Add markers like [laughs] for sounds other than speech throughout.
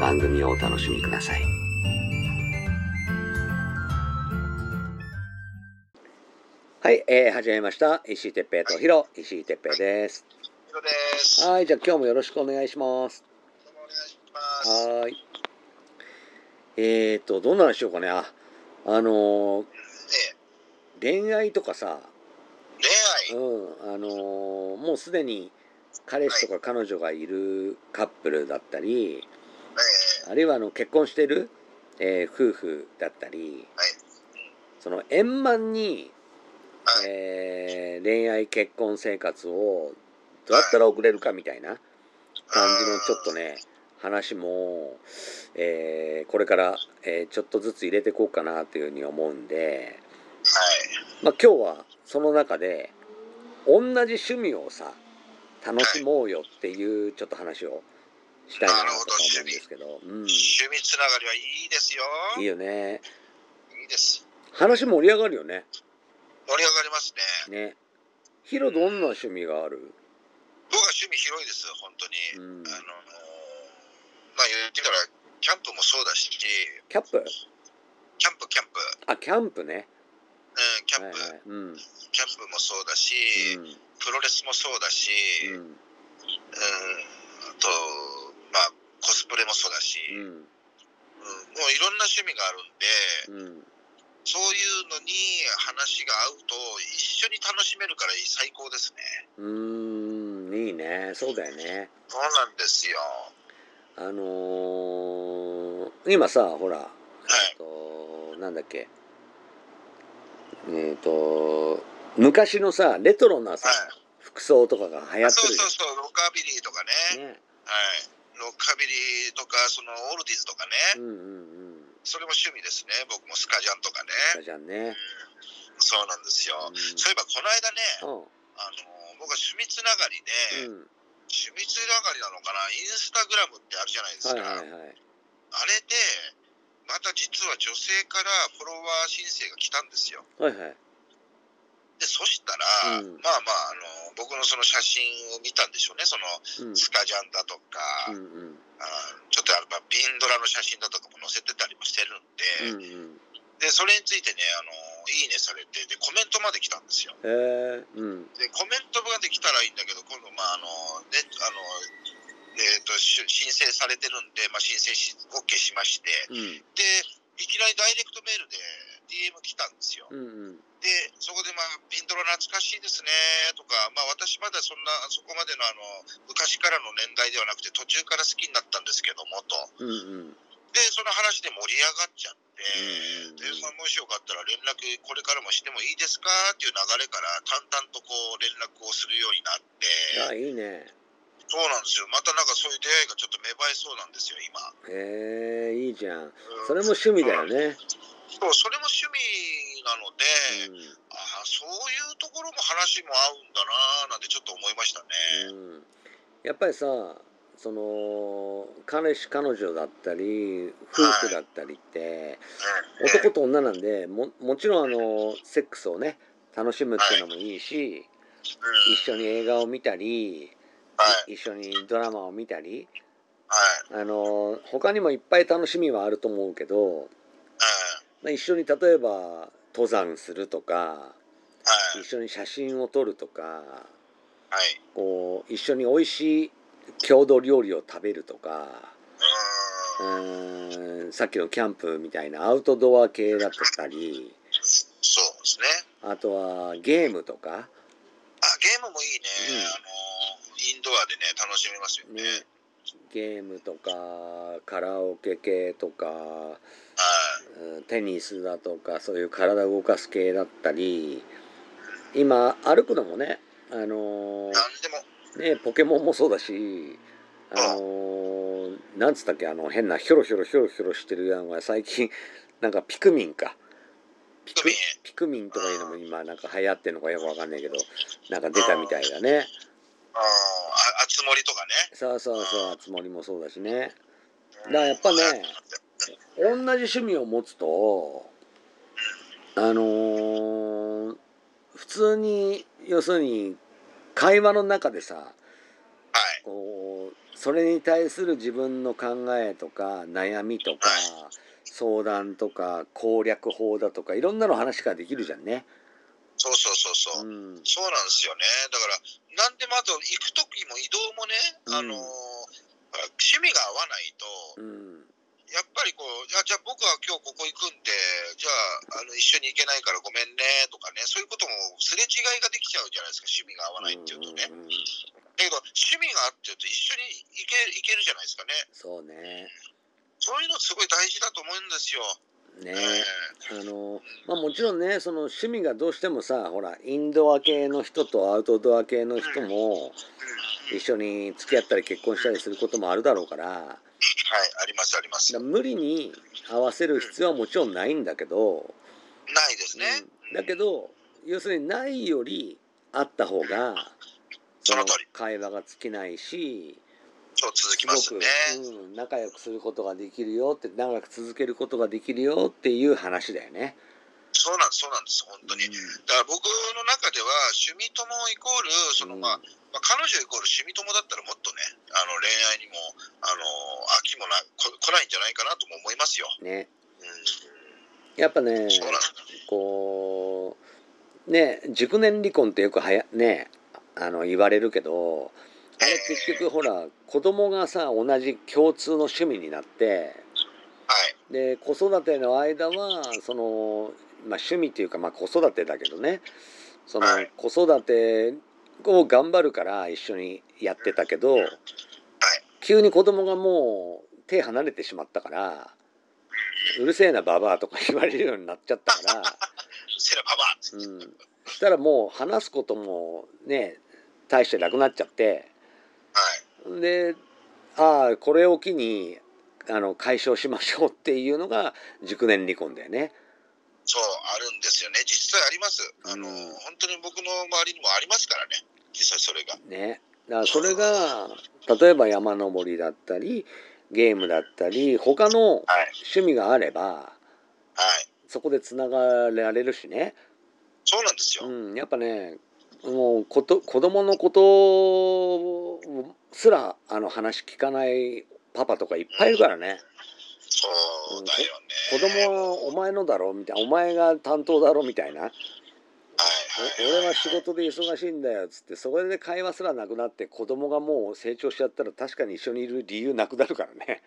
番組をお楽しみください。はい、えー、始めました。石井哲平とヒロ、石井哲平です。ヒロです。はい、じゃあ今日もよろしくお願いします。どうもお願いします。はーい。えーと、どんな話しようかね。あ、あのーええ恋愛とかさ、恋愛。うん、あのーもうすでに彼氏とか彼女がいるカップルだったり、えあるいはあの結婚してる、えー夫婦だったり、はいその円満に、はいえー恋愛結婚生活をどうやったら送れるかみたいな感じのちょっとね話も、えーこれから、えーちょっとずつ入れていこうかなというふうに思うんで、えまあ、今日はその中で同じ趣味をさ楽しもうよっていうちょっと話をしたいなとか思うんですけど、うん、はい。趣味つながりはいいですよ。いいよねいいです。話盛り上がるよね盛り上がりますね。ねヒロどんな趣味がある、僕は趣味広いです、本当うに。ん、あの、まあ言ってたら、キャンプもそうだし、キャキャップンプ、キャンプ、あキャンプねうん、キャはいはンプ、いうんうんキャンプもそうだし、プロレスもそうだし、うん、うんあと、まあ、コスプレもそうだし、うん、もうんういろんな趣味があるんで、うんそういうのに話が合うと一緒に楽しめるから最高ですね。うーんいいねそうだよねそうなんですよ。あのー今さほらえっとなんだっけえっと昔のさレトロなさ、はい服装とかが流行ってそうるじそうそう、ロカビリーとかゃんね。ねはい。ロカビリーとか、そのオールディーズとかうんね。うんうんそれも趣味ですね。僕もスカジャンとかだじね。ゃんねそうなんですよ。そういえば、この間ね、あの、僕は趣味つながりうんうんで、趣味つながりなのかな、インスタグラムってあるじゃないではいすか。はいはいあれで、また実は女性からフォロワー申請が来たんですよ。はいはいでそしたうら、んまあまああの僕のその写真を見たんでしょうねそうのんスカジャンだとか、うんあうんちょっとあのまあビンドラの写真だとかも載せてたりもしてるうんで,、んうんでそれについてねあのいいねされてでコメントまで来たんですよへえうんでコメントができたらいいんだけど今度まああのねあのえー、とし申請されてるんで、まあ、申請し OK しましてうんでいきなりダイレクトメールで DM 来たんですよ、うんうんでそこで、まあ「ビンドラ懐かしいですね」とか、まあ、私まだそんなそこまでのあの昔からの年代ではなくて途中から好きになったんですけどもとうんうんでその話で盛り上がっちゃっうてんうんうん「でまあ、もしよかったら連絡これからもしてもいいですか?」っていう流れから淡々とこう連絡をするようになあっていいねそうなんですよまたなんかそういう出会いがちょっと芽生えそうなんですよ今、へえいいじゃんうんそれも趣味だよねそうそれも趣味なので、うんああそういうところも話も合うんだなーなんてちょっと思いましたね。うんやっぱりさその彼氏彼女だったり夫婦だったりって男と女なんでももちろんあのセックスをね楽しむっていうのもいいしうん一緒に映画を見たりはい一緒にドラマを見たりはいあの他にもいっぱい楽しみはあると思うけどまあ一緒に例えば登山するとかはい一緒に写真を撮るとかはいこう一緒に美味しい郷土料理を食べるとかうーんうーんさっきのキャンプみたいなアウトドア系だったりそうですね。あとはゲームとかあ、ゲームもいいね。うんあの、インドアでね、楽しめますよね。ねゲームとかカラオケ系とかはい。うんテニスだとかそういう体動かす系だったり今歩くのもねあのー何でも。ねポケモンもそうだしあのーなんつったっけあの変なヒョロヒョロヒョロヒョロしてるやんが最近 [laughs] なんかピクミンかピ特に、ピクミンとかいうのも今なんか流行ってるのかよくわかんないけどなんか出たみたいだねあーあ、あつ森とかね。そうそうそうつ森もそうだしねだからやっぱね同じ趣味を持つとあのー普通に要するに会話の中でさはい。こうそれに対する自分の考えとか悩みとかは相談とか攻略法だとかいろんなの話ができるじゃんね。そうそうそうそうん、う。そうなんですよね。だから、なんでもあと、行く時も移動もね、あのうーん趣味が合わないと、うんやっぱりこう、いやじゃあ僕は今日ここ行くんで、じゃああの一緒に行けないからごめんねとかね、そういうこともすれ違いができちゃうじゃないですか、趣味が合わないっていうとね。だうんうんうんけど、趣味があってると一緒に行け行けるじゃないですかね。そうねそういうのすごい大事だと思うんですよ。ねえあの、まあ、もちろんねその趣味がどうしてもさほらインドア系の人とアウトドア系の人もえ一緒に付き合ったり結婚したりすることもあるだろうからはい、ありますあります。だな無理に合わせる必要はもちろんないんだけど。いですね。うん、だけど要するにないよりあった方がその通り会話が尽きないしそう続きますね。すごく、うん、仲良くすることができるよって長く続けることができるよっていう話だよね。そうなんです、そうなんです、本当に。だから僕の中では、趣味友イコール、そのまあ、まあ、彼女イコール趣味友だったらもっとねあの恋愛にもあの飽きもなこ来ないんじゃないかなとも思いますよ。うんねうん、やっぱねそうなんですこうね熟年離婚ってよくはやねあの言われるけどあれ結局ほら子供がさ同じ共通の趣味になってはいで子育ての間はその、まあ、趣味っていうか、まあ、子育てだけどねそのはい子育てを頑張るから一緒にやってたけど急に子供がもう手離れてしまったから「うるせえなババア」とか言われるようになっちゃった [laughs] から、セラパパってうん、そしたらもう話すこともね大してなくなっちゃってはいでああこれを機にあの解消しましょうっていうのが熟年離婚だよね。そうあるんですよね実際ありますあの、うん本当に僕の周りにもありますからね実際それがねだからそれが例えば山登りだったりゲームだったり他のはい趣味があればはいそこでつながられるしね、そうなんですよ、うん、やっぱねもうこと子供のことすらあの話聞かないパパとかいっぱいいるからねそうだよね子供はお前のだろみたいなお前が担当だろみたいなはいおはい俺は仕事で忙しいんだよっつってそれで会話すらなくなって子供がもう成長しちゃったら確かに一緒にいる理由なくなるからね。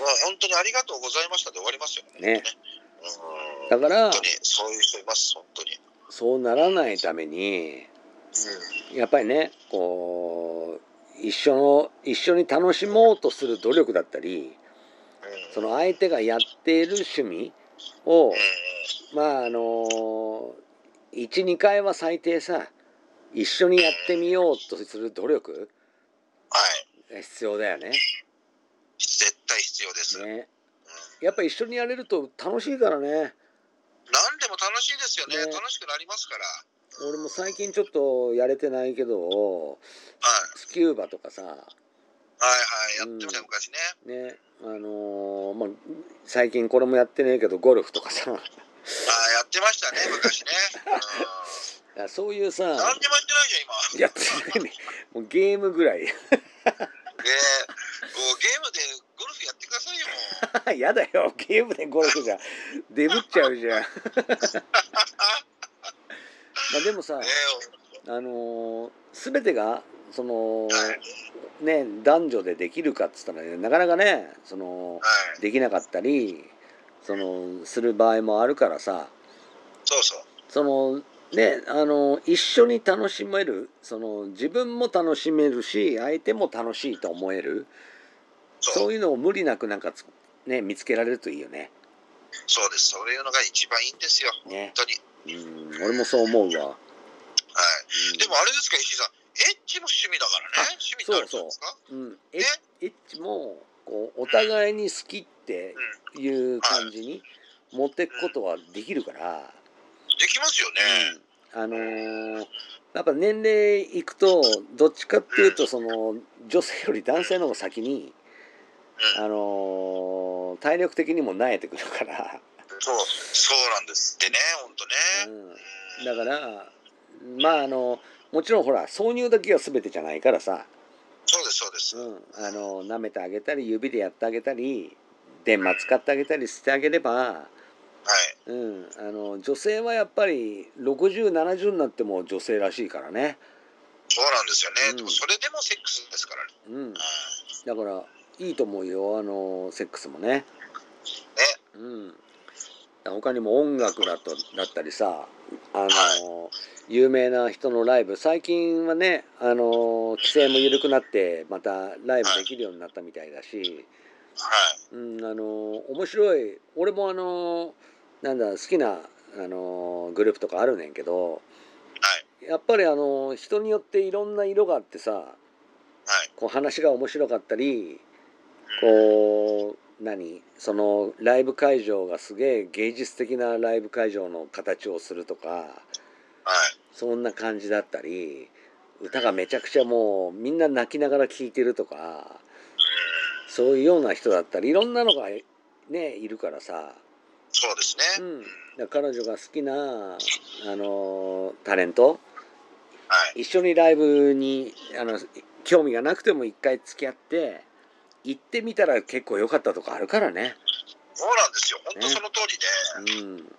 もう本当にありがとうございましたで終わりますよねうんだから本当にそういう人います本当に、そうならないためにやっぱりねこう一緒の一緒に楽しもうとする努力だったりうんその相手がやっている趣味をうんまああの12回は最低さ一緒にやってみようとする努力はいが必要だよね。絶対必要です、うんねやっぱ一緒にやれると楽しいからね。何でも楽しいですよねね楽しくなりますから俺も最近ちょっとやれてないけどはいスキューバとかさはいはいやってましたうよん昔ねねあのーまあ最近これもやってねえけどゴルフとかさあーやってましたね [laughs] 昔ね、うん、そういうさ何にもやってないじゃん今やってないねもうゲームぐらい [laughs] ねもうゲームでゴルフやってくださいよも [laughs] うやだよゲームでゴルフじゃデブっちゃうじゃん [laughs] まあでもさねえあのー全てがそのはいね男女でできるかっつったら、ね、なかなかねそのはい、できなかったりそのする場合もあるからさそうそう、そのねあの一緒に楽しめるその自分も楽しめるし相手も楽しいと思えるそうそういうのを無理なくなんかつ、ね、見つけられるといいよね。そうです、そういうのが一番いいんですよ、ね本当に。うん俺もそう思うわ。はい、うんでもあれですか、石井さん、エッチも趣味だからね、趣味ってあるじゃないですか。うん、エえッエッチもこうお互いに好きっていう感じに持っていくことはできるから、できますよね。うん、あのーやっぱ年齢いくとどっちかっていうとその女性より男性の方が先に、あうん、のー体力的にも慣れてくるから、そう、そうなんですってね、本当ね。うん、だからまああのもちろんほら挿入だけが全てじゃないからさ、そうです、そうです。うん、あの舐めてあげたり指でやってあげたり電話使ってあげたりしてあげれば、はい、うん、あの女性はやっぱり6070になっても女性らしいからね、そうなんですよね。うんでもそれでもセックスですからね。うんうん、、だからいいと思うよあのセックスもね。うん、他にも音楽だとだったりさあの有名な人のライブ最近はねあの規制も緩くなってまたライブできるようになったみたいだし。はい、うん、あのー面白い俺もあのーなんだ好きな、あのーグループとかあるねんけどはい、やっぱりあのー人によっていろんな色があってさはい。こう話が面白かったりこう何そのライブ会場がすげえ芸術的なライブ会場の形をするとかはい、そんな感じだったり歌がめちゃくちゃもうみんな泣きながら聴いてるとかそういうような人だったりいろんなのがねいるからさそうですね。うん、だから彼女が好きな、あのータレントはい、一緒にライブにあの興味がなくても一回付き合って行ってみたら結構良かったとかあるからね。そうなんですよ。本当その通りで、もう本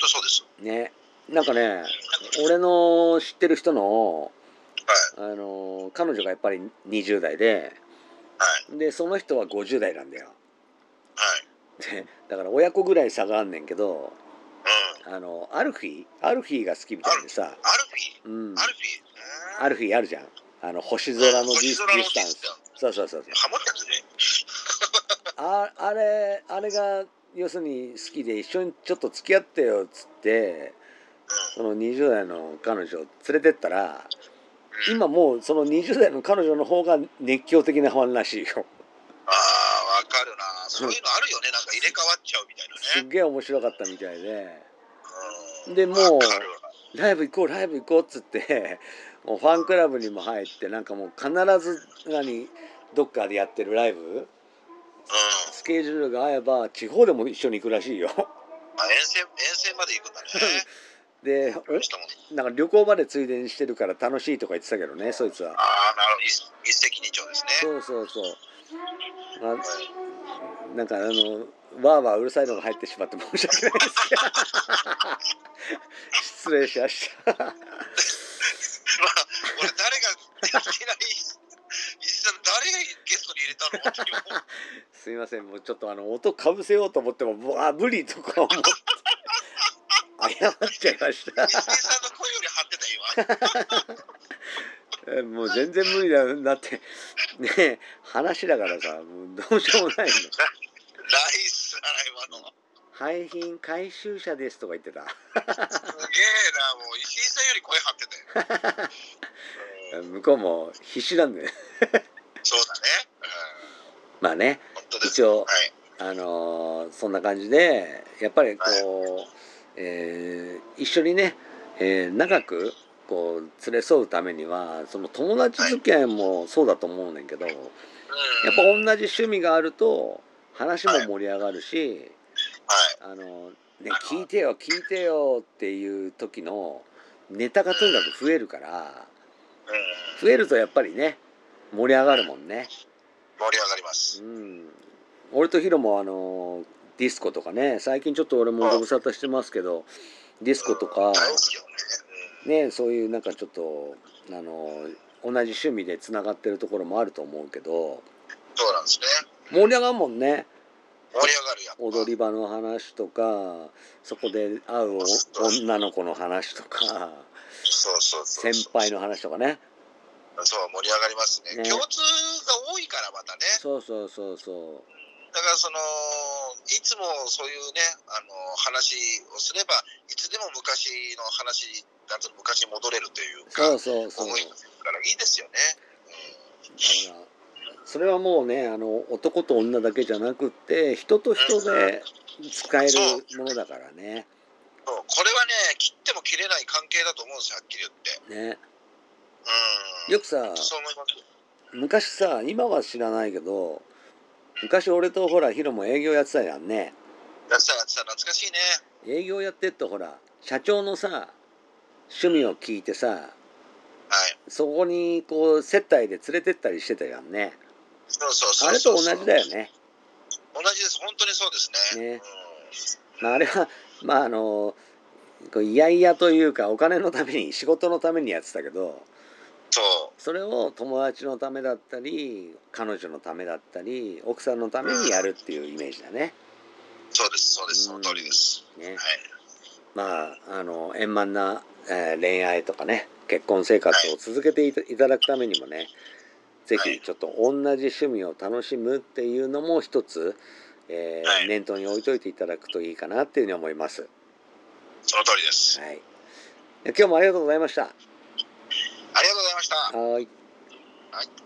当そうです。はうん、ねなんかね俺の知ってる人の、あい、のー彼女がやっぱり20代ではい、でその人は50代なんだよ。はい。でだから親子ぐらい差があんねんけどうん。あのアルフィーアルフィーが好きみたいでさ。アルフィうんー、アルフィー。ある日あるじゃん。あの星空のディ星ス空ディのディススタタンンスス。そうそうそうそう。ハモったやつね。ああれあれが要するに好きで一緒にちょっと付き合ってよっつってその20代の彼女を連れてったらうん。今もうその20代の彼女の方が熱狂的なファンらしいよ。ああ、わかるな。そういうのあるよね。なんか入れ替わっちゃうみたいすなっね。げえ面白かったみたいで。うんでもうわかるわライブ行こうライブ行こうっつってもうファンクラブにも入ってなんかもう必ず何どっかでやってるライブうスケジュールが合えば地方でも一緒に行くらしいよ。ん。あ、遠征、遠征まで行くんだ [laughs] ね。でこの人もおなんか旅行までついでにしてるから楽しいとか言ってたけどねそいつはああ、なるほど。一一石二鳥ですね。そうそうそうはあいなんかあのわーわーうるさいのが入ってしまって申し訳ないですけど失礼しましたまあ、俺誰が、いきなり、石井さん、誰がゲストに入れたの本当にもうすいませんもうちょっとあの音かぶせようと思ってももうあ無理とか思って謝っちゃいまし石井さんの声より張ってた、今。 [laughs] たもう全然無理だよだってねえ話だからさもうどうしようもないのライスだな、今の。廃品回収車ですとか言ってたすげえな、もう石井さんより声張ってたよ。うん向こうも必死なんでそうだね。まあねうん、本当です。一応はい。あのーそんな感じでやっぱりこう、えー一緒にね、えー長くこう連れ添うためにはその友達付き合いもそうだと思うねんけどやっうん、ぱはい。同じ趣味があると話も盛り上がるし、あのね「聞いてよ聞いてよ」っていう時のネタがとにかく増えるからうん、増えるとやっぱりね盛り上がるもんね。盛り上がります。うん、俺とヒロもあのディスコとかね最近ちょっと俺もご無沙汰してますけどディスコとか大好きよね。うんねそういうなんかちょっとあの同じ趣味でつながってるところもあると思うけどそうなんですね。盛り上がるもんね盛り上がるやっぱ。踊り場の話とかそこで会う女の子の話とかそうそうそうそう。先輩の話とかねそう、盛り上がりますね。ね共通が多いからまたね。そうそうそうそだからその、いつもそういうね、あの、話をすれば、いつでも昔の話、だと昔に戻れるといううか、そうそうそう思いますから、いいですよね。だからそれはもうねあの男と女だけじゃなくって人と人で使えるものだからねうんそうこれはね、切っても切れない関係だと思うんですよ、はっきり言って。ねうん。よくさそう思います。昔さ今は知らないけど昔俺とほらヒロも営業やってたやんねやってた、やってた、懐かしいね。営業やってっとほら社長のさ趣味を聞いてさはい。そこにこう接待で連れてったりしてたやんねそうそうそうあれと同じだよ。ね、同じです、本当にそうですね。ねうんまあ、あれはまああのこういやいやというかお金のために仕事のためにやってたけどそう。それを友達のためだったり彼女のためだったり奥さんのためにやるっていうイメージだね。そうです、そうです、その通りです。ねはい。まああの円満な、えー恋愛とかね結婚生活を続けていたいただくためにもね是は非いちょっと同じ趣味を楽しむっていうのも一つ、えーはい念頭に置いといていただくといいかなっていうふうに思います。その通りです。はい、今日もありがとうございました。ありがとうございました。はいはい